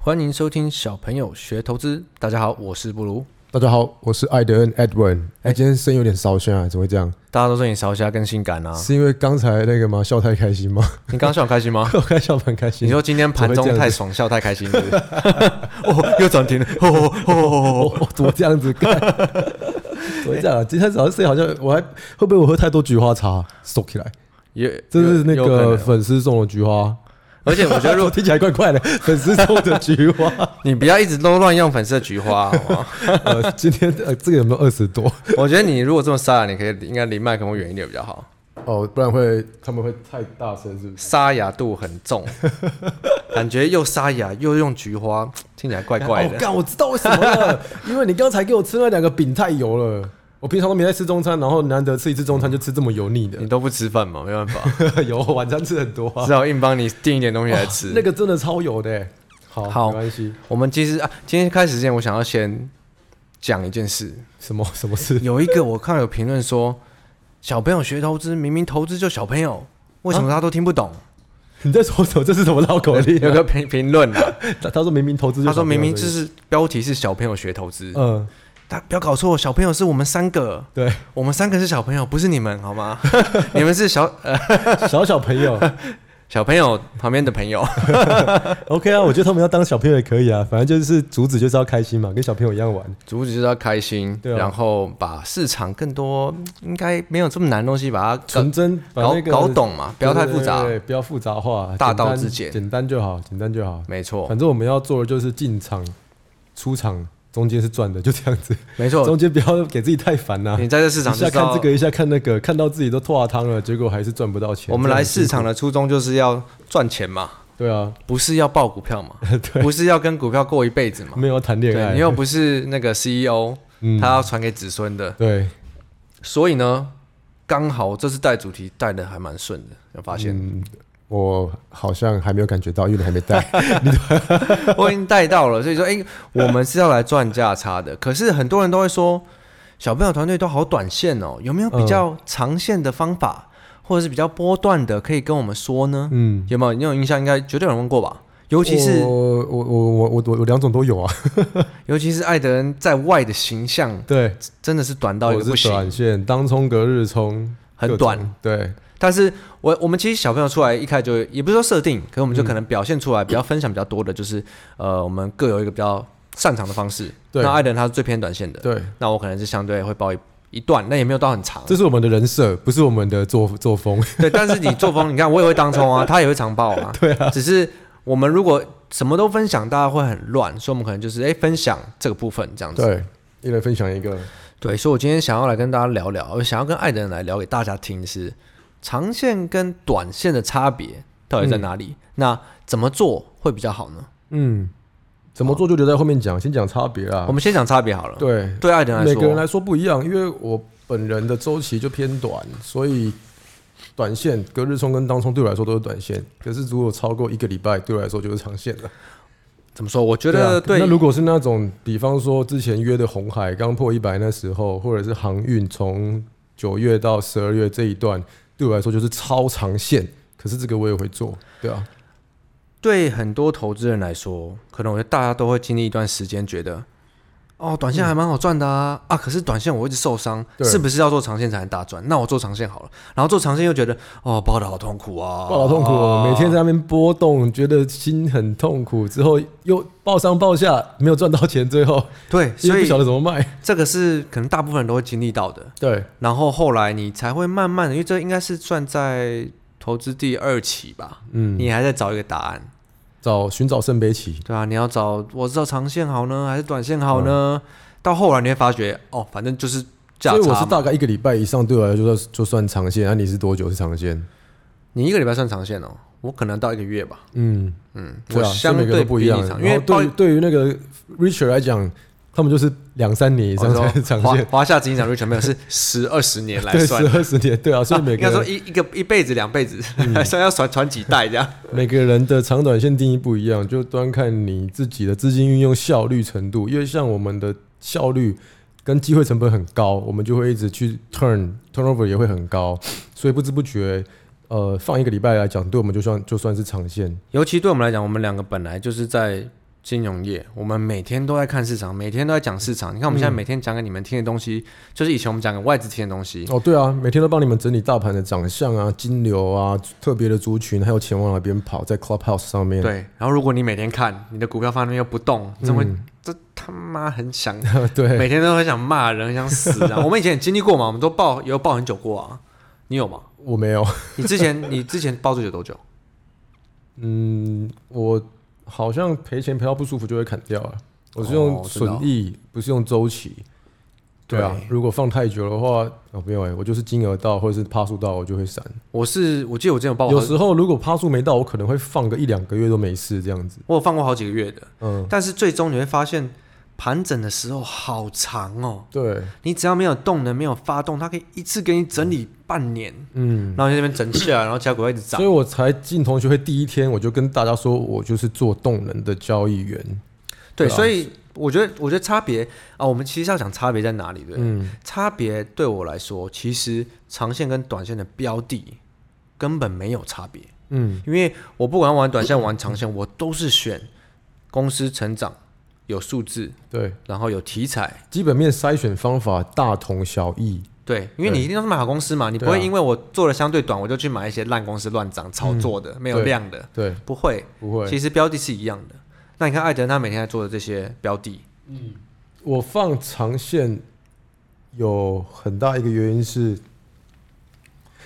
欢迎收听小朋友学投资。大家好，我是布鲁。大家好，我是艾德恩 Edwin。哎、今天声音有点烧香啊，怎么会这样？大家都说你烧虾跟性感啊，是因为刚才那个吗？笑太开心吗？ ？你刚刚笑很开心吗我看笑蛮开心你的。说今天盘怎么中会这样子太爽，笑太开心是 不是，哦，又涨停了，哦哦哦哦哦哦，怎么这样子 干？怎么会这样、啊？今天早上声音好像我还会不会我喝太多菊花茶收起来？哦，也这是 那有有可能个粉丝送的菊花，而且我觉得，如我果 听起来怪怪的。粉丝送的菊花，你不要一直都乱用粉色菊花， 好吗？ 呃，今天呃这个有没有二十多？我觉得你如果这么沙哑，你可以应该离麦克风远一点比较好， 哦，不然会他们会太大声，是不是？沙哑度很重，感觉又沙哑又用菊花，听起来怪怪 哦的。干、我知道为什么 了，因为你刚才给我吃了两个饼太油了。我平常都没在吃中餐，然后难得吃一次中餐就吃这么油腻 你的，都不吃饭嘛？没办法，油晚餐吃很多啊 只，好硬帮你订一点东西来吃。哦那个真的超油的欸。好，好没关系。我们其实啊，今天开始之前，我想要先讲一件事。什么什么事？有一个我看到有评论说，小朋友学投资，明明投资就小朋友，为什么他都听不 懂？你在说什么？这是什么绕口 令、有啊？个评评论 啊，他他说明明投资就他小说朋友而已，明明就是标题是小朋友学投资，嗯，他啊不要搞错，小朋友是我们三个，对，我们三个是小朋友，不是你们好 吗？你们是小呃小小 朋友小朋友旁边的朋友， ，OK 啊，我觉得他们要当小朋友也可以啊，反正就是主旨就是要开心嘛，跟小朋友一样玩。主旨就是要开心，对啊然后把市场更多应该没有这么难的东西把它纯真，把搞那个搞懂嘛，不要太复杂，对对对不要复杂化，大道简单至简简单就好，简单就好。没错。反正我们要做的就是进场、出场，中间是赚的，就这样子。没错，中间不要给自己太烦呐、你在这市场一就下知看道这，个，一下看那个，看到自己都脱了汤了，结果还是赚不到钱。我们来市这场样的初衷就是要赚钱嘛，很辛苦，对啊， 不是要爆股票嘛，对，啊不是要跟股票过一辈子 嘛。没有要谈恋对，爱，你又不是那个 CEO，嗯他要传给子孙的，对，所以呢，刚好这次带主题带的还蛮顺的，有发现？嗯，我好像还没有感觉到，因为你还没带。 我已经带到了，所以说，哎、我们是要来赚价差 的。可是很多人都会说，小朋友团队都好短线哦，有没有比较长线的方法，或者是比较波段的，可以跟我们说呢？ 嗯，哦有没有？你有印象？应该绝对有人问过吧？尤其是我我我我我我我两种都有啊，尤其是艾德恩在外的形象对，真的是短到一我个不是行，短线，当冲隔日冲，很各种短。，对，但是我我们其实小朋友出来一开始就也不是说设定，可我们就嗯可能表现出来比较分享比较多的，就是呃我们各有一个比较擅长的方式。对那艾德恩他是最偏短线的，对，那我可能是相对会报一一段，那也没有到很长。这是我们的人设，不是我们的作作风。对，但是你作 风，你看我也会当冲啊，他也会长报啊。对啊，只是我们如果什么都分享，大家会很乱，所以我们可能就是哎、分享这个部分这样子。对，一人分享一个。对，所以我今天想要来跟大家聊聊，我想要跟爱的人来聊给大家听的是长线跟短线的差别到底在哪里？那怎么做会比较好呢？嗯，怎么做就留在后面讲，先讲差别啦我。们先讲差别好了。，啊对，对爱的人来每个人说，来说不一样，因为我本人的周期就偏短，所以短线隔日冲跟当冲对我来说都是短线。可是如果超过一个礼拜，对我来说就是长线了。怎么说？我觉啊得对那如果是那种，比方说之前约的红海刚破一百那时候，或者是航运从九月到十二月这一段，对我来说就是超长线。可是这个我也会做，对啊，对很多投资人来说，可能我觉得大家都会经历一段时间，觉得哦，短线还蛮好赚的啊、啊，可是短线我一直受伤，嗯对是不是要做长线才能大赚？那我做长线好了，然后做长线又觉得哦，抱的好痛苦啊，抱好痛苦、哦，啊每天在那边波动，觉得心很痛苦，之后又抱上抱下，没有赚到钱，最后对，又所不以晓得怎么卖。这个是可能大部分人都会经历到的。对，然后后来你才会慢慢的，因为这应该是算在投资第二期吧，嗯，你还在找一个答案，找寻找圣杯期，对啊，你要找我知道长线好呢，还是短线好呢？嗯到后来你会发觉，哦，反正就是价所以我差是嘛。大概一个礼拜以上，对我来说就算就算长线。那、你是多久是长线？你一个礼拜算长线哦，我可能到一个月吧。嗯，嗯，对我啊，相所以每个对都不一比样你。长，因然为后对于包对于那个 Richard 来讲，他们就是两三年以上才我是哦说长华线，华夏紫金长 r i c 没有是十二十年来对，十算的，二十年，对啊，所以每 应个该说人一一个一辈子两辈子，还 算要传传几代这样。每个人的长短线定义不一样，就端看你自己的资金运用效率程度。因为像我们的效率跟机会成本很高，我们就会一直去 turn turnover 也会很高，所以不知不觉，呃，放一个礼拜来讲，对我们就算就算是长线。尤其对我们来讲，我们两个本来就是在金融业，我们每天都在看市场，每天都在讲市场。你看我们现在每天讲给你们听的东西，就是以前我们讲给外资听的东西。哦，对啊，每天都帮你们整理大盘的长相啊、金流啊、特别的族群，还有钱往哪边跑，在 Clubhouse 上面。对，然后如果你每天看你的股票放在那边又不动，怎么、这他妈很想， 对，每天都很想骂人，很想死啊！我们以前也经历过嘛，我们都抱有抱很久过啊。你有吗？我没有，你之前你之前抱最久多久？嗯，我好像赔钱赔到不舒服就会砍掉啊。我是哦用真的哦损益，不是用周期。对啊，对如果放太久的话，哦，没有哎、我就是金额到或者是趴数到，我就会闪。我是我记得我之前有抱过有好，时候如果趴数没到，我可能会放个一两个月都没事这样子。我有放过好几个月的，嗯，但是最终你会发现盘整的时候好长哦，对，你只要没有动能没有发动，它可以一次给你整理半年，嗯，然后你在那边整起来，然后其他股票一直涨所以。我才进同学会第一天，我就跟大家说，我就是做动能的交易员。对，对啊所以我觉得我觉得差别啊，我们其实要讲差别在哪里，对不对。嗯，差别对我来说，其实长线跟短线的标的根本没有差别，嗯，因为我不管玩短线玩长线，我都是选公司成长、有数字，对，然后有题材。基本面筛选方法大同小异。对，因为对你一定都是买好公司嘛，你不对啊会因为我做的相对短，我就去买一些烂公司乱涨炒作的、没有对量的，对，不会。不会，其实标的是一样的。那你看艾德他每天在做的这些标的，我放长线有很大一个原因是，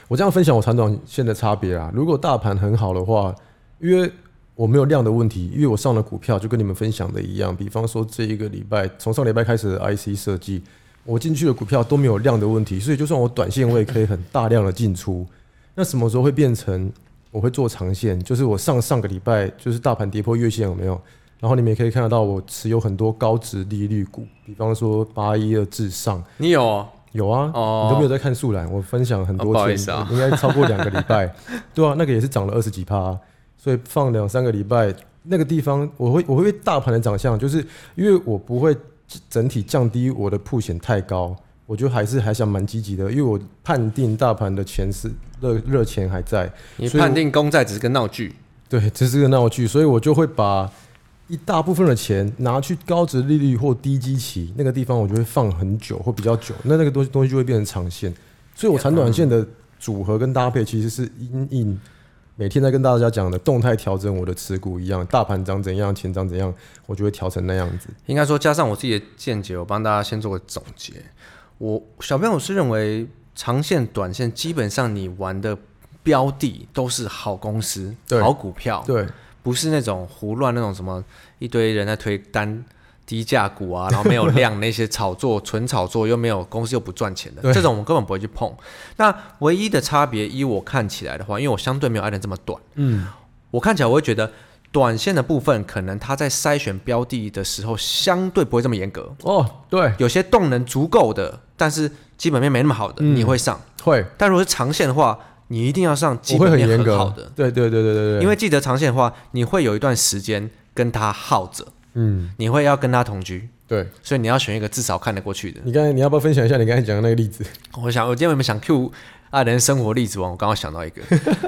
我这样分享我长短线的差别啊。如果大盘很好的话，因为我没有量的问题，因为我上了股票就跟你们分享的一样，比方说这一个礼拜，从上礼拜开始的 IC 设计，我进去的股票都没有量的问题，所以就算我短线我也可以很大量的进出。那什么时候会变成我会做长线？就是我上上个礼拜就是大盘跌破月线有没有？然后你们也可以看得到，我持有很多高值利率股，比方说八一二至上你有哦有啊，哦你都没有在看速览，我分享很哦多不好意天，思啊应该超过两个礼 拜，对啊，那个也是涨了二十几趴、啊所以放两三个礼拜，那个地方我会我会被大盘的长相，就是因为我不会整体降低我的铺险太高，我就还是还想蛮积极的，因为我判定大盘的钱是热热钱还在，你所以我判定公债只是个闹剧，对，这是个闹剧，所以我就会把一大部分的钱拿去高值利率或低基期那个地方，我就会放很久或比较久，那那个东西东西就会变成长线，所以我长短线的组合跟搭配其实是因应每天在跟大家讲的动态调整我的持股一样，大盘涨怎样，钱涨怎样，我就会调成那样子。应该说加上我自己的见解，我帮大家先做个总结。我小朋友是认为长线、短线基本上你玩的标的都是好公司、对好股票，对，不是那种胡乱那种什么一堆人在推单低价股啊，然后没有量那些炒作、纯炒作又没有公司又不赚钱的，对这种我们根本不会去碰。那唯一的差别，依我看起来的话，因为我相对没有艾伦这么短，嗯，我看起来我会觉得。短线的部分，可能他在筛选标的的时候，相对不会这么严格。哦，对，有些动能足够的，但是基本面没那么好的，嗯你会上；会，但如果是长线的话，你一定要上基我会本面严格好的，，对对对对对对，因为记得长线的话，你会有一段时间跟他耗着，嗯，你会要跟他同居，对所以你要选一个至少看得过去的。你刚才你要不要分享一下你刚才讲的那个例子？我想，我今天有没有想 Q 阿人生活例子王？我刚刚想到 一个，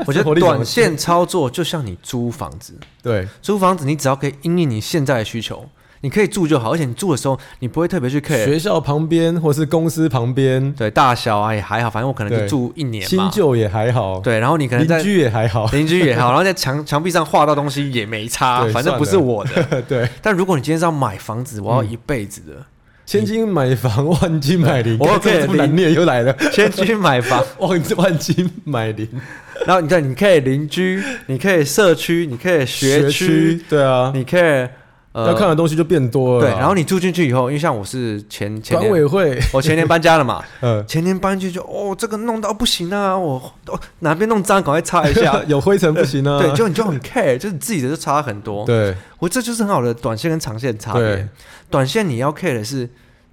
我觉生得活例子王短线操作就像你租房子，对，租房子你只要可以因应你现在的需求，你可以住就好，而且你住的时候你不会特别去 care。学校旁边或是公司旁边，对大小啊也还好，反正我可能就对住一年嘛新。旧也还好，对，然后你可能在邻居也还好， 邻居也好，然后在墙墙壁上画到东西也没差，对反正不是算了我的。对，但如果你今天是要买房子，我要嗯一辈子的，千金买房，万金买邻。对我可以这么难念又来了， 先去买房，万万金买邻， 然后你看，你可以邻居，你可以社区，你可以学区，，对啊，你可以要呃，看的东西就变多了对，啦。然后你住进去以后，因为像我是前前管年，委会， 我前年搬家了嘛，呃，。前年搬进去就哦，这个弄到不行啊，我哦哪边弄脏，赶快擦一下 有灰尘不行 啊，对，就你就很 care，就是自己的就差很多。对我这就是很好的短线跟长线差别对。短线你要 care 的是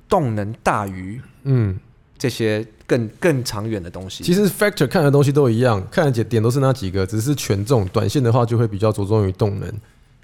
动能大于嗯，这些更更长远的东西。其实 factor 看的东西都一样，看的点点都是那几个，只是权重，短线的话就会比较着重于动能，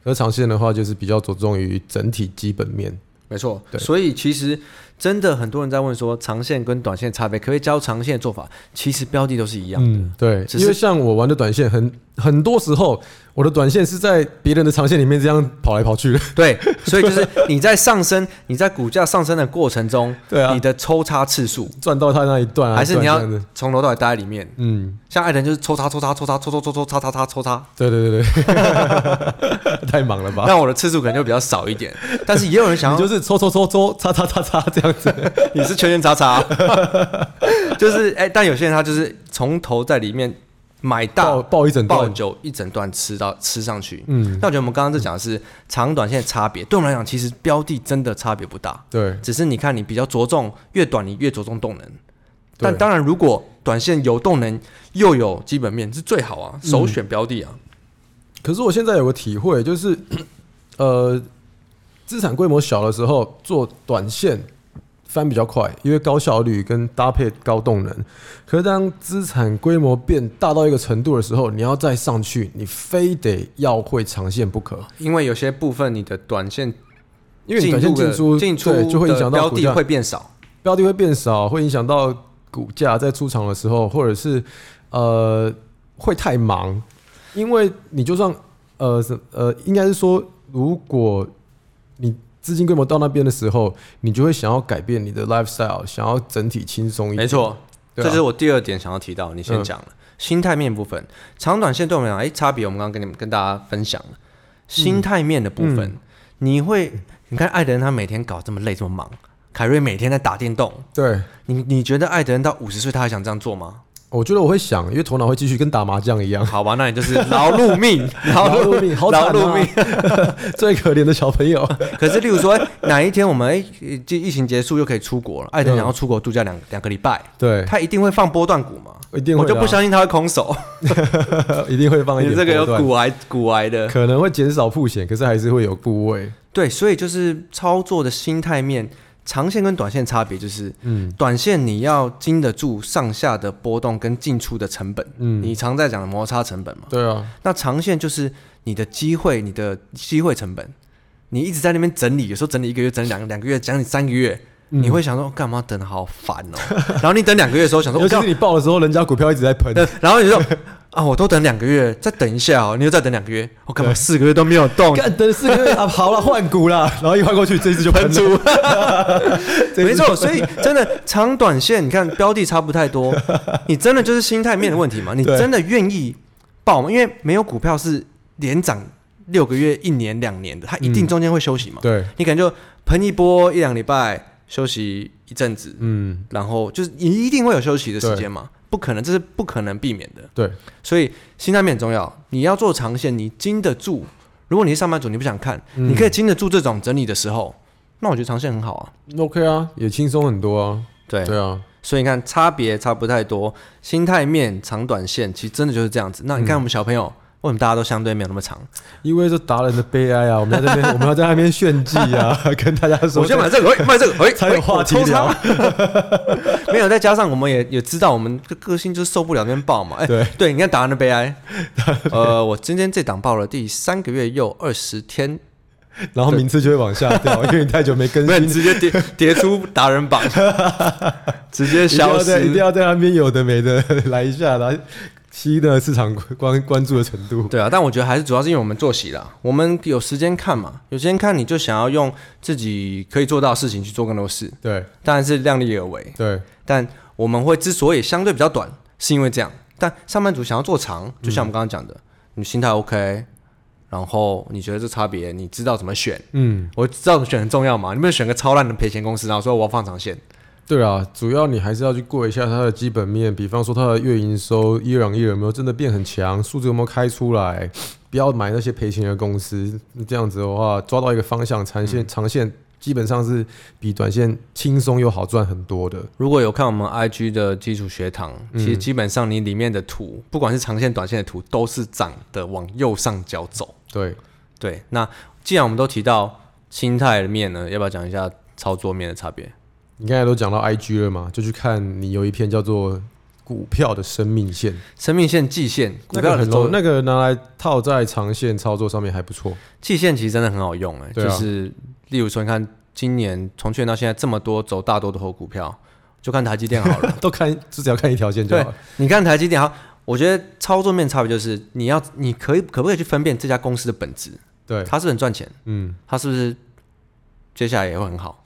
而长线的话就是比较着重于整体基本面。没错，对所以其实真的很多人在问说长线跟短线差别，可不可以教长线的做法？其实标的都是一样的。嗯，对，只是因为像我玩的短线，很很多时候我的短线是在别人的长线里面这样跑来跑去的。 对，所以就是你在上升，你在股价上升的过程中，对啊你的抽插次数，赚到他那一段啊，还是你赚要这样子从头到尾待在里面。嗯，像艾人就是抽插抽插抽插抽抽抽抽插插插抽插，对对对 对，太忙了吧？那我的次数可能就比较少一点。但是也有人想你要，就是抽抽抽抽，擦擦擦擦这样子。你是圈圈叉叉，就是哎、但有些人他就是从头在里面买爆到爆一整爆段，酒一整段吃到吃上去。嗯，那我觉得我们刚刚在讲的是长短线的差别，对我们来讲，其实标的真的差别不大，对，只是你看你比较着重越短，你越着重动能。但对当然，如果短线有动能又有基本面是最好啊，嗯首选标的啊。可是我现在有个体会，就是， 呃，资产规模小的时候做短线翻比较快，因为高效率跟搭配高动能。可是当资产规模变大到一个程度的时候，你要再上去，你非得要会长线不可，因为有些部分你的短线因为你短线进入出的进对出就会影响的到标股的价，会变少。标的会变少，会影响到股价在出场的时候，或者是呃会太忙，因为你就算呃是呃应该是说，如果你资金规模到那边的时候，你就会想要改变你的 lifestyle，想要整体轻松一点。没错，对这啊就是我第二点想要提到，你先嗯讲了、心态面部分，长短线对我们来讲，哎、差别我们刚刚跟你们跟大家分享了，心态面的部分，嗯你会，你看艾德恩他每天搞这么累这么忙，凯瑞每天在打电动，对，你你觉得艾德恩到五十岁他还想这样做吗？ 我觉得我会想，因为头脑会继续跟打麻将一样。好吧，那你就是劳碌 命， 劳碌碌命，好劳惨碌命啊！。 最可怜的小朋 友，可是，例如说，哎哪一天我们哎，这疫情结束又可以出国了，艾德想要出国度假两两个礼拜，嗯对，他一定会放波段股嘛？一定会我的啊就不相信他会空手。一定会放一你这点。个有，骨癌骨癌的，可能会减少铺险，可是还是会有部位。对，所以就是操作的心态面，长线跟短线差别就是，嗯，短线你要经得住上下的波动跟进出的成本，嗯你常在讲的摩擦成本嘛。对啊，那长线就是你的机会，你的机会成本，你一直在那边整理，有时候整理一个月，整理两个两个月，整理三个月，你会想说干嘛等好烦哦。 然后你等两个月的时候想说，尤我其干是你报的时候，人家股票一直在喷，对， 然后你就说啊，我都等两个月，再等一下哦，你又再等两个月，我干嘛四个月都没有动？ 干等四个月啊，好了换股啦，然后一换过去，这一次就喷喷了出， 这一次没错，所以真的长短线，你看标的差不太 多，你真的就是心态面的问题嘛？你对真的愿意报吗？因为没有股票是连涨六个月、一年、两年的，它一定中间会休息嘛。对，你可能就喷一波一两礼拜，休息一阵子，嗯，然后就是你一定会有休息的时间嘛，不可能，这是不可能避免的。对，所以心态面很重要，你要做长线，你经得住。如果你是上班族，你不想看，嗯你可以经得住这种整理的时候，那我觉得长线很好啊。 ，OK 啊，也轻松很多啊，对，对啊，所以你看差别差不太多，心态面长短线其实真的就是这样子。那嗯你看我们小朋友，为什么大家都相对没有那么长？因为是达人的悲哀啊，我们在那边，我们要在那边炫技啊，跟大家说，我就买这个，哎卖这个，哎， 才有哎话题。我聊抽插没有，再加上我们也也知道，我们个个性就是受不了那边爆嘛。哎，对对，你看答案的悲 哀。呃，我今天这档爆了第三个月又二十天，然后名次就会往下掉，因 为你太久没更没有，新你，直接跌跌出达人 榜，直接一定消要在一定失。要在那边有的没的 来一下，然后吸的市场关关注的程度，对啊，但我觉得还是主要是因为我们作息啦，我们有时间看嘛，有时间看你就想要用自己可以做到的事情去做更多事，对当然是量力而为。对，但我们会之所以相对比较短，是因为这样。但上班族想要做长，就像我们刚刚讲的，你心态 OK，然后你觉得这差别，你知道怎么选。嗯，我知道怎么选很重要嘛，你不能选个超烂的赔钱公司，然后说我要放长线。对啊，主要你还是要去过一下它的基本面，比方说它的月营收一两亿有没有真的变很强，数字有没有开出来，不要买那些赔钱的公司。这样子的话，抓到一个方向，长嗯线、长线基本上是比短线轻松又好赚很多的。如果有看我们 IG 的基础学堂，其实基本上你里面的图，不管是长线、短线的图，都是长的往右上角走。对，对，那既然我们都提到心态的面呢，要不要讲一下操作面的差别？你刚才都讲到 IG 了嘛，就去看你有一篇叫做。股票的生命线，生命线、季线、股那票个的很走容，那个拿来套在长线操作上面还不错。季线其实真的很好用哎、对啊就是例如说，你看今年从去年到现在这么多走大多头股票，就看台积电好 了。都看就只要看一条线就好对了。，你看台积电好，我觉得操作面差别就是你要你可以可不可以去分辨这家公司的本质，对，它是不是很赚钱，嗯，它是不是接下来也会很好，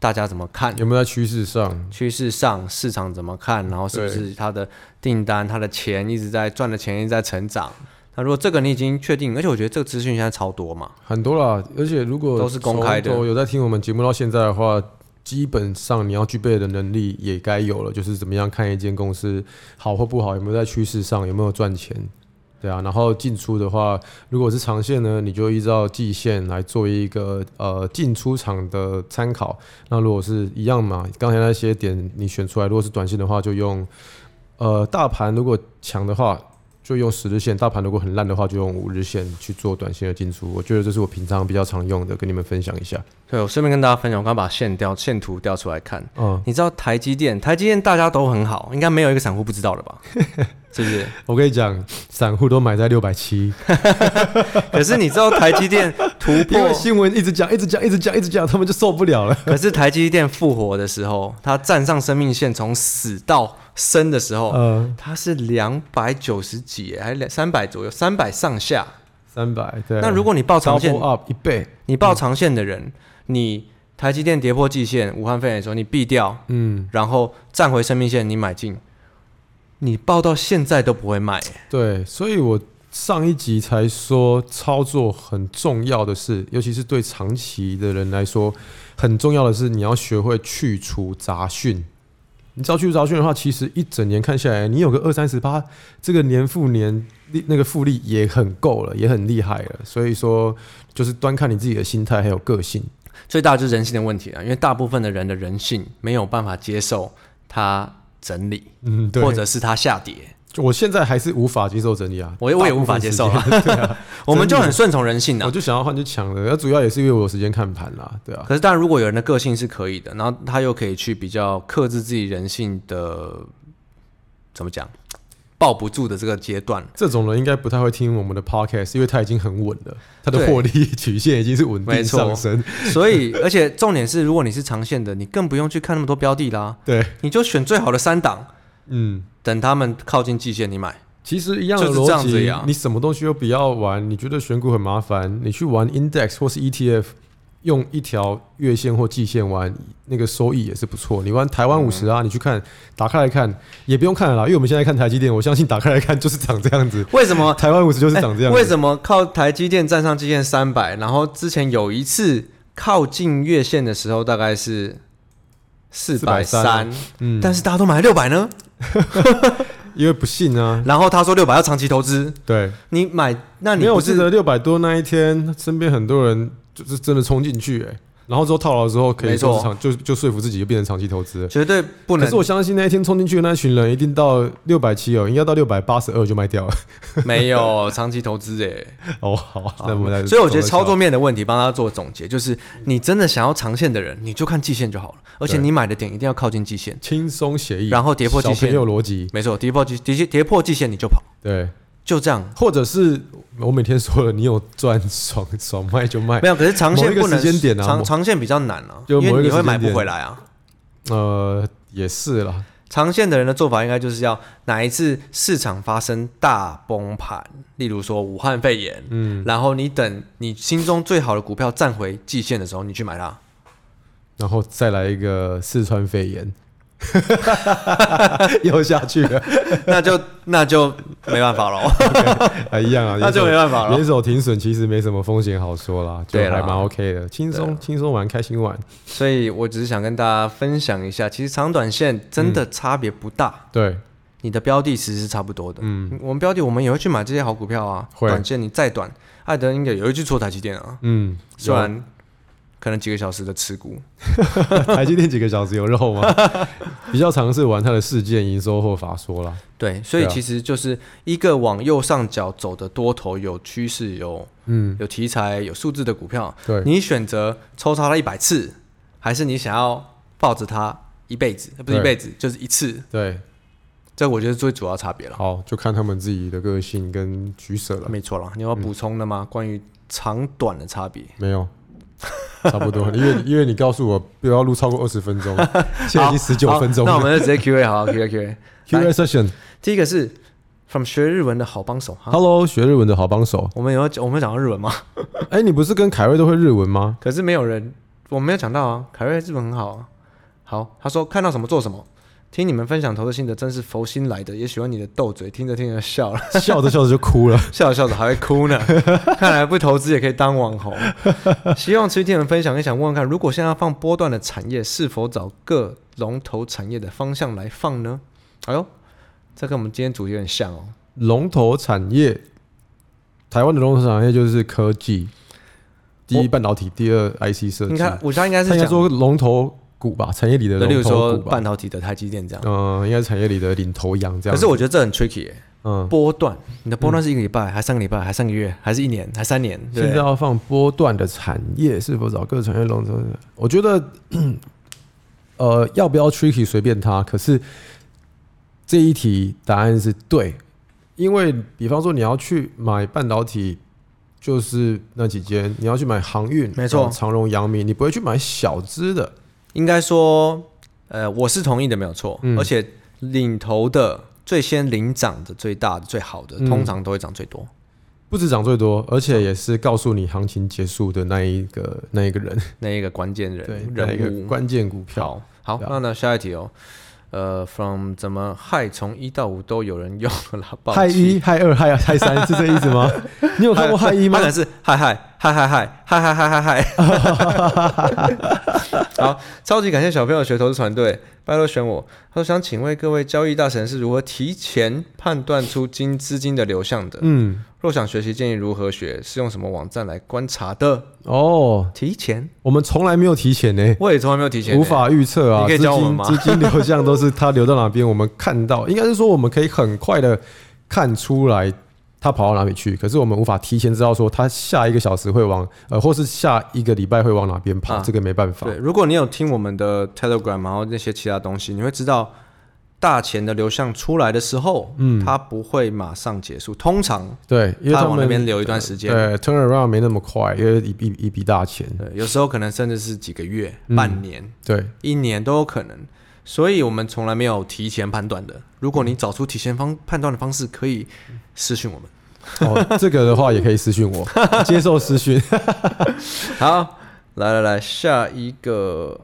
大家怎么看？有没有在趋势上？趋势上市场怎么看，然后是不对是它的订单、它的钱一直在赚的钱一直在成长？那如果这个你已经确定，而且我觉得这个资讯现在超多嘛，很多啦，而且如果都是公开的从头有在听我们节目到现在的话，基本上你要具备的能力也该有了，就是怎么样看一间公司好或不好，有没有在趋势上，有没有赚钱，对啊。然后进出的话，如果是长线呢，你就依照季线来做一个呃进出场的参考。那如果是一样嘛，刚才那些点你选出来，如果是短线的话，就用呃大盘如果强的话，就用十日线；大盘如果很烂的话，就用五日线去做短线的进出。我觉得这是我平常比较常用的，跟你们分享一下。对我顺便跟大家分享，我刚把线调线图调出来看，嗯，你知道台积电，台积电大家都很好，应该没有一个散户不知道的吧？ 是不是？我跟你讲，散户都买在六百七，可是你知道台积电突 因为破，新闻一直讲、一直讲、一直讲、一直讲，他们就受不了了。可是台积电复活的时候，它站上生命线从死到生的时候，嗯，它是两百九十几耶，还两三百左右，三百上下。三百对。啊那如果你报长线 double，up 一倍，你报长线的人，你台积电跌破季线，武汉肺炎的时候你避掉，嗯，然后站回生命线你买进，你报到现在都不会卖耶。对，所以我上一集才说操作很重要的是，尤其是对长期的人来说，很重要的是你要学会去除杂讯。你只要去除杂讯的话，其实一整年看下来，你有个二三十八，这个年复年利那个复利也很够了，也很厉害了。所以说，就是端看你自己的心态还有个性。最大就是人性的问题啊了，因为大部分的人的人性没有办法接受它整理，嗯，对。或者是它下跌，我现在还是无法接受整理啊，我也我也无法接受大部啊分时间对啊，我们就很顺从人性 啊我的。就想要换就抢了。那主要也是因为我有时间看盘啦，对啊。可是，当然，如果有人的个性是可以的，然后他又可以去比较克制自己人性的，怎么讲，抱不住的这个阶段，这种人应该不太会听我们的 podcast，因为他已经很稳了，他的对获利曲线已经是稳定没错上升。 所以，而且重点是，如果你是长线的，你更不用去看那么多标的啦，对，你就选最好的三档，嗯，等他们靠近季线你买。其实一样的就是这逻样子辑，呀你什么东西都不要玩，你觉得选股很麻烦，你去玩 index 或是 ETF，用一条月线或季线玩，那个收益也是不错。你玩台湾五十嗯啊，你去看，打开来看，也不用看了啦，因为我们现在看台积电，我相信打开来看就是长这样子，哎为什么？台湾五十就是长这样子。为什么靠台积电站上季线三百？然后之前有一次靠近月线的时候，大概是四百三430，嗯，但是大家都买六百呢。因为不信啊，然后他说六百要长期投资，对。你买那你没有，不我记是得六百多那一天，身边很多人就是真的冲进去、哎，然后之后套牢之后，可以没说错是长就就说服自己就变成长期投资了。绝对不可能是我相信那一天冲进去的那群人，一定到六百七哦，应该到六百八十二就卖掉了。 没有长期投资诶、哦，好啊，那我们来。所以我觉得操作面的问题，帮大家做总结，就是你真的想要长线的人，你就看季线就好了，而且对你买的点一定要靠近季线。轻松协议，然后跌破季小线朋友逻辑，没错，跌破季跌跌破季线你就跑，对，就这样。或者是我每天说了，你有赚爽 爽卖就卖没，有，可是长线不某能一个时间点啊某长长线比较难啊，就某一因个为你会时间买点不回来啊。呃，也是啦，长线的人的做法应该就是要哪一次市场发生大崩盘，例如说武汉肺炎，嗯，然后你等你心中最好的股票站回季线的时候，你去买它。然后再来一个四川肺炎， 又下去了。那就那就没办法 喽，啊，一样啊， 那就没办法联了。手停损其实没什么风险好说啦，就对啦啊还蛮 OK 的，轻松轻松玩，开心玩。所以我只是想跟大家分享一下，其实长短线真的差别不大，对，你的标的其实是差不多的。嗯我们标的我们也会去买这些好股票啊，会短线你再短，艾德应该也会去做台积电啊，嗯，虽然可能几个小时的持股，有啊 台积电几个小时有肉吗？ 比较常是玩它的事件营收或法说啦。对，所以对啊其实就是一个往右上角走的多头，有趋势、有嗯，有题材、有数字的股票，对，你选择抽查它一百次，还是你想要抱着它一辈子？呃不是一对辈子，就是一次。对，这我觉得最主要差别了。好，就看他们自己的个性跟取舍了。嗯没错了，你有要补充的吗？关于长短的差别？没有，差不 多，因为因为你告诉我不要录超过二十分钟，现在已经十九好分钟那我了。们就直接 Q&A 好 Q&A Q&A。 Q&A session，Hello，第一个是 from 学日文的好帮手哈，学日文的好帮手。我们有要我们有讲到日文吗？哎、你不是跟凯瑞都会日文吗？可是没有人，我没有讲到啊。凯瑞日本很好啊。好，他说看到什么做什么，听你们分享投资心得真是佛心来的，也喜欢你的斗嘴，听着听着笑了，笑着笑着就哭了。笑着笑着还会哭呢。 看来不投资也可以当网 红。希望崔天文分享，也想问问看，如果现在要放波段的产业，是否找各龙头产业的方向来放呢？哎呦，这跟我们今天主题有点像哦。龙头产业，台湾的龙头产业就是科技，第一半导体，第二 IC 设你计。看，我觉得应该他是应讲，该说龙头股吧，产业里的例如龙头说股吧半。导体的台积电这样。嗯，应该是产业里的领头羊这样。可是我觉得这很 tricky 耶、嗯，波段，你的波段是一个礼拜，还三个礼拜，还三个月，还是一年，还三年？对现不在对，要放波段的产业，是否找各产业龙头？我觉得， 呃，要不要 tricky 随便他。可是这一题答案是对，因为比方说你要去买半导体，就是那几间；你要去买航运，没错呃长荣、阳明，你不会去买小资的。应该说，呃，我是同意的，没有错。嗯而且领头的、最先领涨的、最大的、最好的，嗯通常都会涨最多。不止涨最多，而且也是告诉你行情结束的那一个那一个人，那一个关键人那一个人物关键股票。好，好，对啊那呢，下一题哦。呃，from 怎么嗨，从一到五都有人用了啦，抱害歉一、害二、害害三是这意思吗？ 你有看过害一吗他可？能是嗨嗨嗨嗨嗨嗨嗨嗨嗨嗨。好，超级感谢小朋友学投资团队，拜托选我。他说想请问各位交易大神是如何提前判断出金资金的流向的？嗯，若想学习，建议如何学？是用什么网站来观察的？哦，提前？我们从来没有提前呢、我也从来没有提前、无。法预测啊。你可以资教我们金吗资金流向都是它流到哪边，我们看到，应该是说我们可以很快的看出来它跑到哪里去，可是我们无法提前知道说它下一个小时会往呃，或是下一个礼拜会往哪边跑，啊这个没办法对，。如果你有听我们的 Telegram，然后那些其他东西，你会知道大钱的流向出来的时候，嗯，它不会马上结束，通常对，因为它他往那们边留一段时间。对 turn around 没那么快，因为一笔一笔大钱。对，有时候可能甚至是几个月、嗯半年、对，一年都有可能，所以我们从来没有提前判断的。如果你找出提前方判断的方式，可以私讯我们。哦，这个的话也可以私讯我，接受私讯。好，来来来，下一个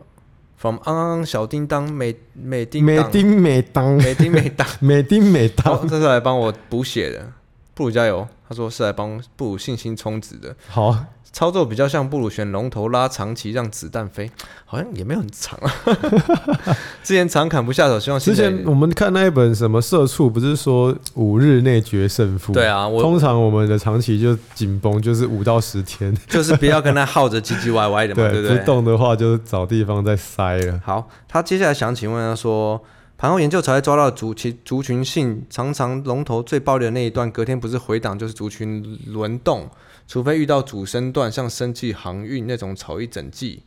，from 昂昂小叮当美美叮美当丁美当，美叮 美当，美丁美好，当，这是来帮我补血的。布鲁加油！他说是来帮布鲁信心充值的，好，操作比较像布鲁旋龙头拉长旗让子弹飞，好像也没有很长 啊。之前长砍不下手，希望现之在前我们看那一本什么《社畜》，不是说五日内决胜负？对啊我通常我们的长期就紧绷，就是五到十天。就是不要跟他耗着唧唧歪歪的嘛，对不不对？动的话就找地方再塞了。好，他接下来想请问他说，盘后研究才会抓到族群族群性，常常龙头最暴力的那一段，隔天不是回档就是族群轮动，除非遇到主升段，像生技、航运那种炒一整季。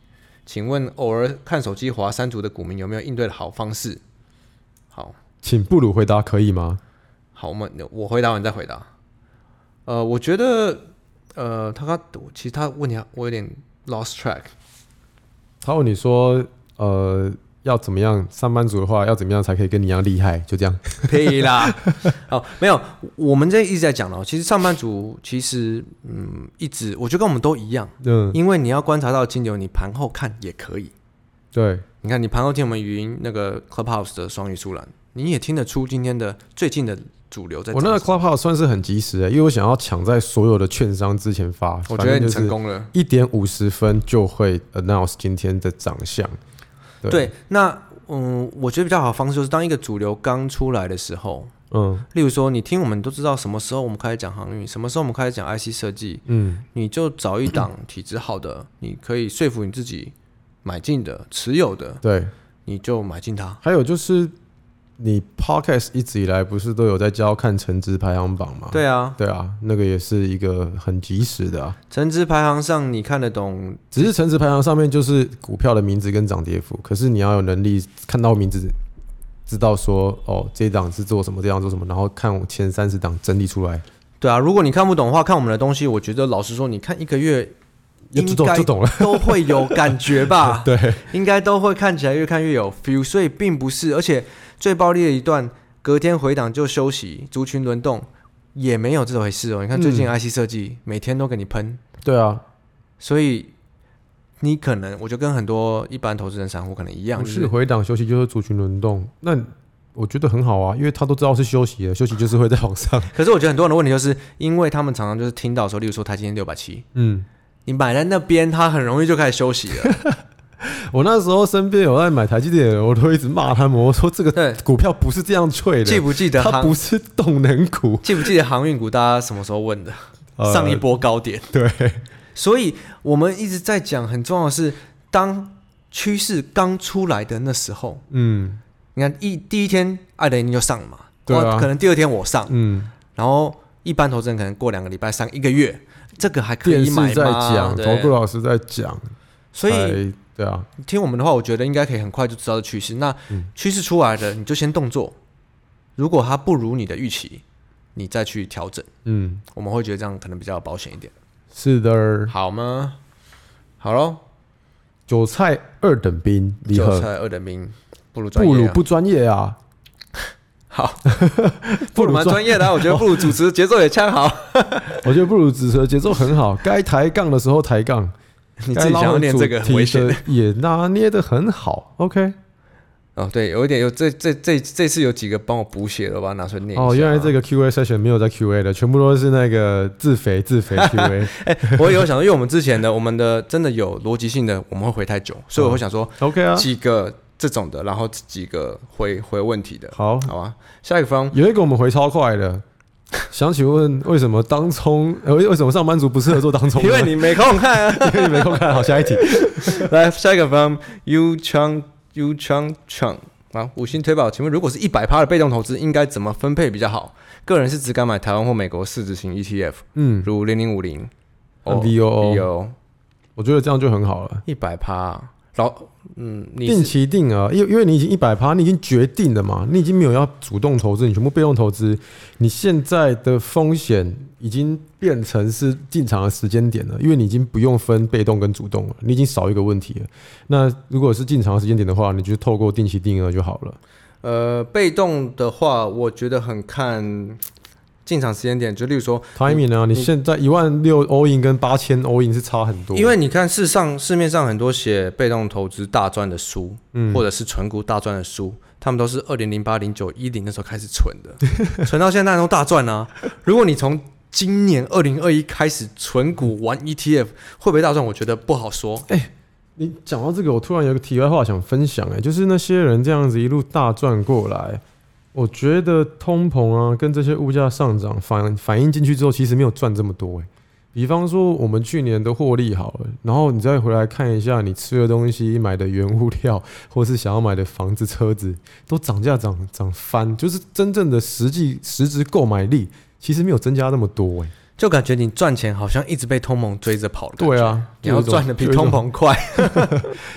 请问偶尔看手机划三族的股民有没有应对的好方式？好请布鲁回答可以吗？好，我们我回答完再回答。呃，我觉得，呃，他刚其实他问题我有点 lost track。他问你说，呃，要怎么样？上班族的话要怎么样才可以跟你一样厉害？就这样。屁啦！哦，没有，我们这一直在讲哦了。其实上班族其实嗯，一直我觉得跟我们都一样，嗯，因为你要观察到金牛，你盘后看也可以。对，你看，你盘后听我们语音那个 Clubhouse 的双语出栏，你也听得出今天的最近的主流在。我那个，Clubhouse 算是很及时的、因为我想要抢在所有的券商之前发。我觉得你成功。功了。一点五十分就会 announce 今天的长相。对，那嗯，我觉得比较好的方式就是当一个主流刚出来的时候，嗯例如说你听我们都知道什么时候我们开始讲航运，什么时候我们开始讲 IC 设计，嗯，你就找一档体质好的，你可以说服你自己买进的、持有的，对。你就买进它。还有就是，你 podcast 一直以来不是都有在教看成值排行榜吗？对啊，对啊，那个也是一个很及时的啊。成值排行上你看得懂，只是成值排行上面就是股票的名字跟涨跌幅，可是你要有能力看到名字，知道说哦这一档是做什么，这一档做什么，然后看我前三十档整理出来。对啊。如果你看不懂的话，看我们的东西，我觉得老实说，你看一个月就应懂该 就懂了。都会有感觉吧？ 对，应该都会看起来越看越有 feel，所以并不是，而且最暴力的一段，隔天回档就休息，族群轮动也没有这回事哦。你看最嗯近 IC 设计、每天都给你喷，对啊，所以你可能我就跟很多一般投资人散户可能一样，不就是哦是回档休息就是族群轮动，那我觉得很好啊，因为他都知道是休息了，休息就是会在往上。可是我觉得很多人的问题就是，因为他们常常就是听到说，例如说台积电六百七，嗯，你买在那边，它很容易就开始休息 了。我那时候身边有在买台积电的人，我都一直骂他们，我说这个对股票不是这样脆记的，不记得它航？不是动能股。记不记得航运股大家什么时候问的？呃上一波高点。对，所以我们一直在讲，很重要的是，当趋势刚出来的那时候，嗯你看一第一天艾雷尼就上了嘛，对啊然后可能第二天我上，嗯，然后一般投资人可能过两个礼拜上一个月，这个还可电以视买吗在讲，对投顾老师在讲，所以才对啊，听我们的话，我觉得应该可以很快就知道趋势。那嗯趋势出来了，你就先动作。如果它不如你的预期，你再去调整。嗯，我们会觉得这样可能比较保险一点，是的，好吗？好喽，韭菜二等兵离韭合，菜二等兵，不如专业、不啊，如 不专业啊，好， 不不如如蛮专，专业的、啊，我觉得不如主持节奏也恰 好。我觉得不如指责节奏很好，该抬杠的时候抬杠，你自己想要念这个很危险该拉回主题的也拿捏的很好，OK，哦，对，有一点有这这这这次有几个帮我补血的，我把它拿出来念一下啊。哦，原来这个 Q&A session 没有在 Q&A 的，全部都是那个自肥 自肥 Q&A，OK 我也有想到，因为我们之前的我们的真的有逻辑性的，我们会回太久，所以我会想说啊，几个这种的，然后几个回回问题的，好，好吧？下一个 方有一个我们回超快的。想请问，为什么当冲？呃，为什么上班族不适合做当冲呢？因为你没空看 啊。因为你没空看，好，下 一题。来，下一个方 U Chang U Chang Chang 啊，五星推宝，请问如果是一百趴的被动投资，应该怎么分配比较好？个人是只敢买台湾或美国市值型 ETF，嗯，如零零五零、哦啊 VOO VO 我觉得这样就很好了。一百趴，老嗯，你定是期定额，因为因为你已经一百趴，你已经决定了嘛，你已经没有要主动投资，你全部被动投资，你现在的风险已经变成是进场的时间点了，因为你已经不用分被动跟主动了，你已经少一个问题了。那如果是进场的时间点的话，你就透过定期定额就好了。呃被动的话，我觉得很看进场时间点，就例如说， timing 啊，你现在一万六 all in 跟八千 all in 是差很多，因为你看市上市面上很多写被动投资大赚的书，嗯或者是纯股大赚的书，他们都是二零零八、零九、一零那时候开始存的， 存到现在都大赚啊。如果你从今年二零二一开始存股玩 ETF，会不会大赚？我觉得不好说。哎你讲到这个，我突然有个题外话想分享、欸，就是那些人这样子一路大赚过来，我觉得通膨啊跟这些物价上涨反反映进去之后，其实没有赚这么多、欸，比方说我们去年的获利好了，然后你再回来看一下你吃的东西、买的原物料，或是想要买的房子、车子，都涨价涨涨翻，就是真正的实际实质购买力其实没有增加那么多、欸，就感觉你赚钱好像一直被通膨追着跑的感觉对，啊，你要赚的比就有一种通膨快。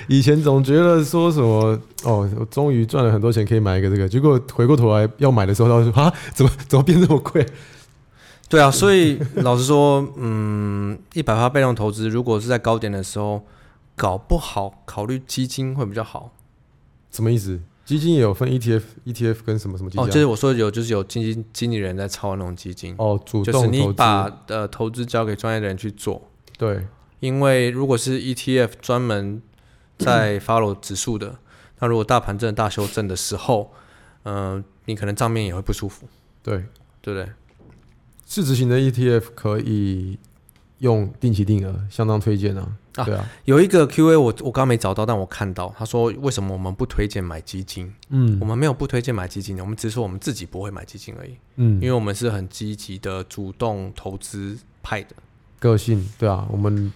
以前总觉得说什么哦，我终于赚了很多钱，可以买一个这个，结果回过头来要买的时候，他就说啊，怎么怎么变这么贵？ 对啊，所以老实说， 嗯，一百趴被动投资，如果是在高点的时候，搞不好考虑基金会比较好。什么意思？基金也有分 E ETF、ETF 跟什么什么基金哦，啊、就是我说有，就是有基金经理人在操那种基金，哦，主就动是投资，你把呃投资交给专业的人去做，对，因为如果是 ETF 专门 在 follow 指数的，那如果大盘真的大修正的时候，嗯、你可能账面也会不舒服，对，对不对？市值型的 ETF 可以用定期定额，相当推荐啊。啊对啊，有一个 Q&A 我我刚没找到，但我看到他说为什么我们不推荐买基金？嗯我们没有不推荐买基金的，我们只是说我们自己不会买基金而已，因嗯，为我们是很积极的主动投资派的。个性对啊，我们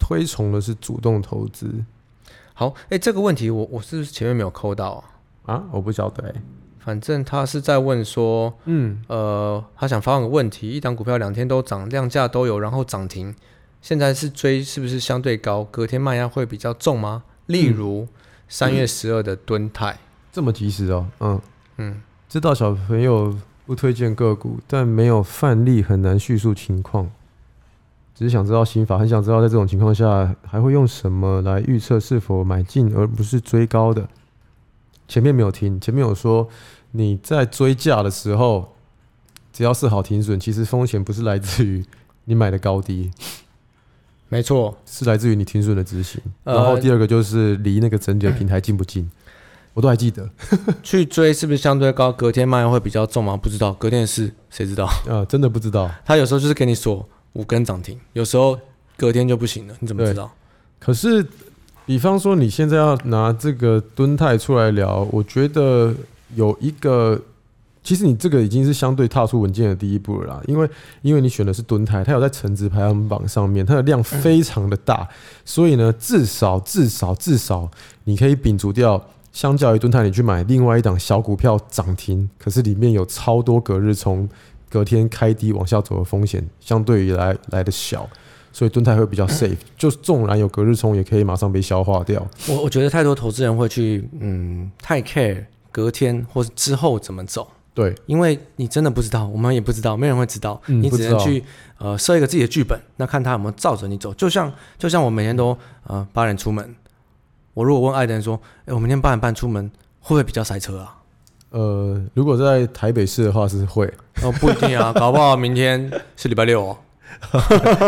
推崇的是主动投资好，哎、这个问题我我是不是前面没有扣到啊？啊，我不晓得、欸，反正他是在问说，嗯，呃，他想发问个问题：一档股票两天都涨，量价都有，然后涨停，现在是追是不是相对高？隔天卖压会比较重吗？例如三月十二的敦泰，这么及时哦，嗯。嗯，知道小朋友不推荐个股，但没有范例很难叙述情况。只是想知道心法，很想知道在这种情况下还会用什么来预测是否买进，而不是追高的。前面没有听，前面有说你在追价的时候，只要是好停损，其实风险不是来自于你买的高低， 没错，是来自于你停损的执行。呃然后第二个就是离那个整体的平台近不近，我都还记得。去追是不是相对高？隔天卖会比较重吗？不知道，隔天是谁知道？啊，真的不知道。他有时候就是给你锁五根涨停，有时候隔天就不行了，你怎么知道？可是，比方说你现在要拿这个蹲态出来聊，我觉得有一个，其实你这个已经是相对踏出稳健的第一步了啦，因为因为你选的是蹲态，它有在成值排行榜上面，它的量非常的大，所以呢，至少至少至少你可以摒除掉。相较于蹲态，你去买另外一档小股票涨停，可是里面有超多隔日从隔天开低往下走的风险，相对于来来的小。所以蹲态 会比较 safe，就是纵然有隔日冲，也可以马上被消化掉。我我觉得太多投资人会去嗯太 care 隔天或是之后怎么走，对，因为你真的不知道，我们也不知道，没人会知道，嗯你不只知能道去呃设一个自己的剧本，那看他有没有照着你走。就像就像我每天都呃八点出门，我如果问爱的人说，哎、我明天八点半出门会不会比较塞车啊？呃，如果在台北市的话是 会，哦，不一定啊， 搞不好明天是礼拜六哦。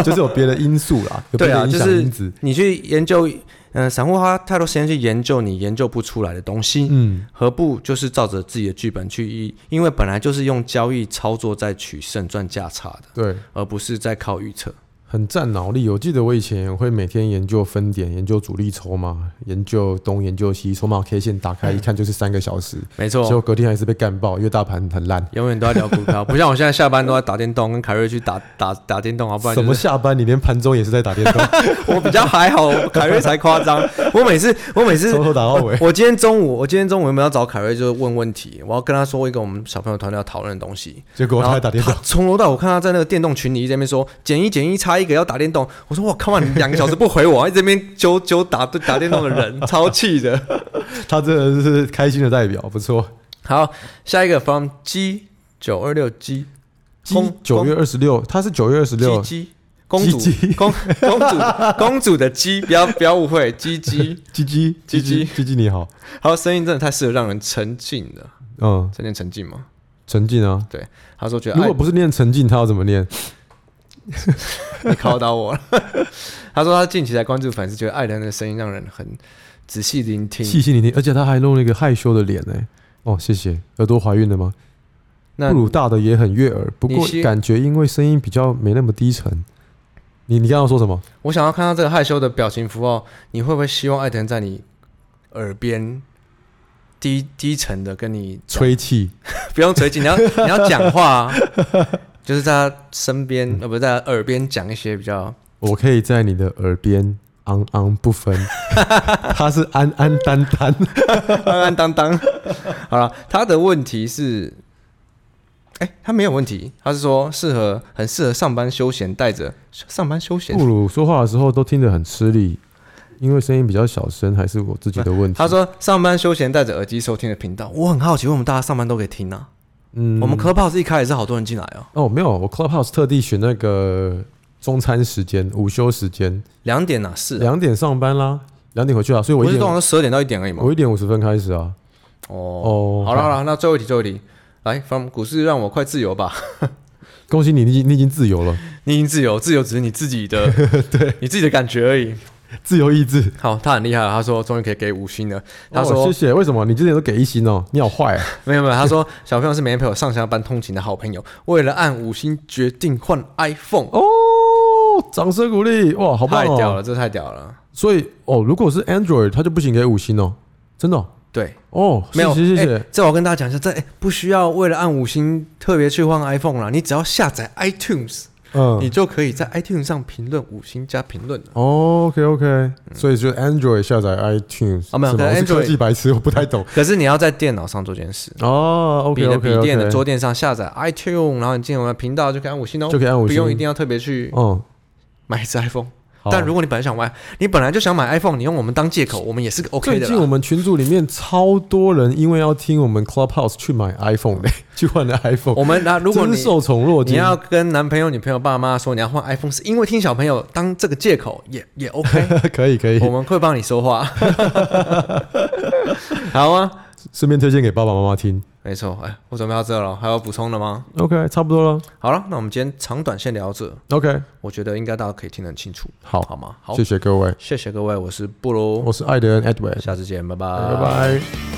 就是有别的因素啦，有别对啊的影响就是因子。你去研究，嗯、散户花太多时间去研究你研究不出来的东西，嗯，何不就是照着自己的剧本去一，因为本来就是用交易操作在取胜赚价差的，对，而不是在靠预测。很占脑力。我记得我以前会每天研究分点，研究主力筹码，研究东研究西，筹码 K 线打嗯开一看就是三个小时，没结果错，隔天还是被干爆，因为大盘很烂。永远都在聊股 票，不像我现在下班都在打电动，跟凯瑞去打打打电动啊，不然、什就是、么下班？你连盘中也是在打电动， 我比较还好，凯瑞才夸 张。我每次我每次从头打到 尾。我今天中午，我今天中午有没有要找凯瑞就是问问题？我要跟他说一个我们小朋友团队要讨论的东西。结果然他后还打电动他，从头到尾我看他在那个电动群里一直在那边说减一减一差一个要打电动，我说我靠嘛，你两个小时不回我，一直 在那边揪揪打打电动的人，超气的。他真的是开心的代表，不错。好，下一个 from G 九二六 G 公九月二十六，他是九月二十六 G，G 公主鸡鸡公公主公主的鸡，不要不要误会，G G。鸡鸡鸡鸡鸡鸡你好，还有声音真的太适合让人沉浸了，嗯，这念沉浸吗？陈静啊，对，他说觉得如爱果不是念陈静，他要怎么念？你考倒我了。 他说他近期才关注粉丝，觉得艾伦的声音让人很仔细聆听。细心聆听，而且他还弄了一个害羞的脸呢、哦，谢谢，耳朵怀孕了吗？那布鲁大的也很悦耳，不你过先感觉因为声音比较没那么低沉。你你刚刚说什么？我想要看到这个害羞的表情符号，你会不会希望艾腾在你耳边低低沉的跟你讲？吹气，不用吹气，你 要你要讲话、啊，就是在他身边，呃，不是在他耳边讲一些比较我可以在你的耳边昂昂不分， 他是安安丹丹，安安当当。好了，他的问题是，哎、他没有问题，他是说适合很适合上班休闲，带着上班休闲布鲁说话的时候都听得很吃力，因为声音比较小声，还是我自己的问题。他，说上班休闲戴着耳机收听的频道，我很好奇，为什么大家上班都可以听啊？嗯我们 Clubhouse 一开始是好多人进来哦，哦，没有，我 Clubhouse 特地选那个中餐时间、午休时间，两点哪是、啊？两点上班啦，两点回去啊，所以我不一是通常点都十二点到一点而已吗？我一点五十分开始啊。哦，哦，好了好，了，那最后一题最后一题，来，from 股市让我快自由吧，恭喜你，你已经你已经自 由了，你已经自由，自由只是你自己 的，对，你自己的感觉而已。自由意志。好，他很厉害了，他说终于可以给五星了，他哦说、谢谢，为什么你之前都给一星哦？你好 坏啊！没有没有，他说小朋友是每天陪我上下班通勤的好朋友，为了按五星决定换 iPhone，、哦，掌声鼓励，哇，好棒太屌哦！了，这太屌了，所以哦，如果是 Android，它就不行给五星哦，真的哦对。哦，没有，谢谢谢哎谢。这我跟大家讲一下，这、哎不需要为了按五星特别去换 iPhone 啦，你只要下载 iTunes，、你嗯就可以在 iTunes 上评论五星加评论了。 ，OK OK，所以就是 Android 下载 iTunes 嗯啊没有可是吗能我是科 Android- 技白痴，我不太懂。可是你要在电脑上做这件事，哦，OK 你的 OK 笔 OK，电的桌垫上下载 iTunes，然后你进我们的频道就可以按五星哦，就可以按五星不用一定要特别去哦，买一只 iPhone。好但如果你本来想买，你本来就想买 iPhone，你用我们当借口，我们也是个 OK 最的近我啦。们群组里面超多人因为要听我们 Clubhouse 去买 iPhone 的，去换了 iPhone。我们那、哦如果真你是受宠若你惊，要跟男朋友、女朋友、爸妈说你要换 iPhone，是因为听小朋友当这个借口也也 OK， 可 以可以，我们会帮你说 话，好啊，顺便推荐给爸爸妈妈听。没错，哎，我准备到这了，还有补充的吗？ OK，差不多了。好了，那我们今天长短线聊到这， OK，我觉得应该大家可以听得很清楚，好好吗？好，谢谢各位，谢谢各位，我是布鲁，我是艾德恩 Edward，下次见，拜拜，拜拜。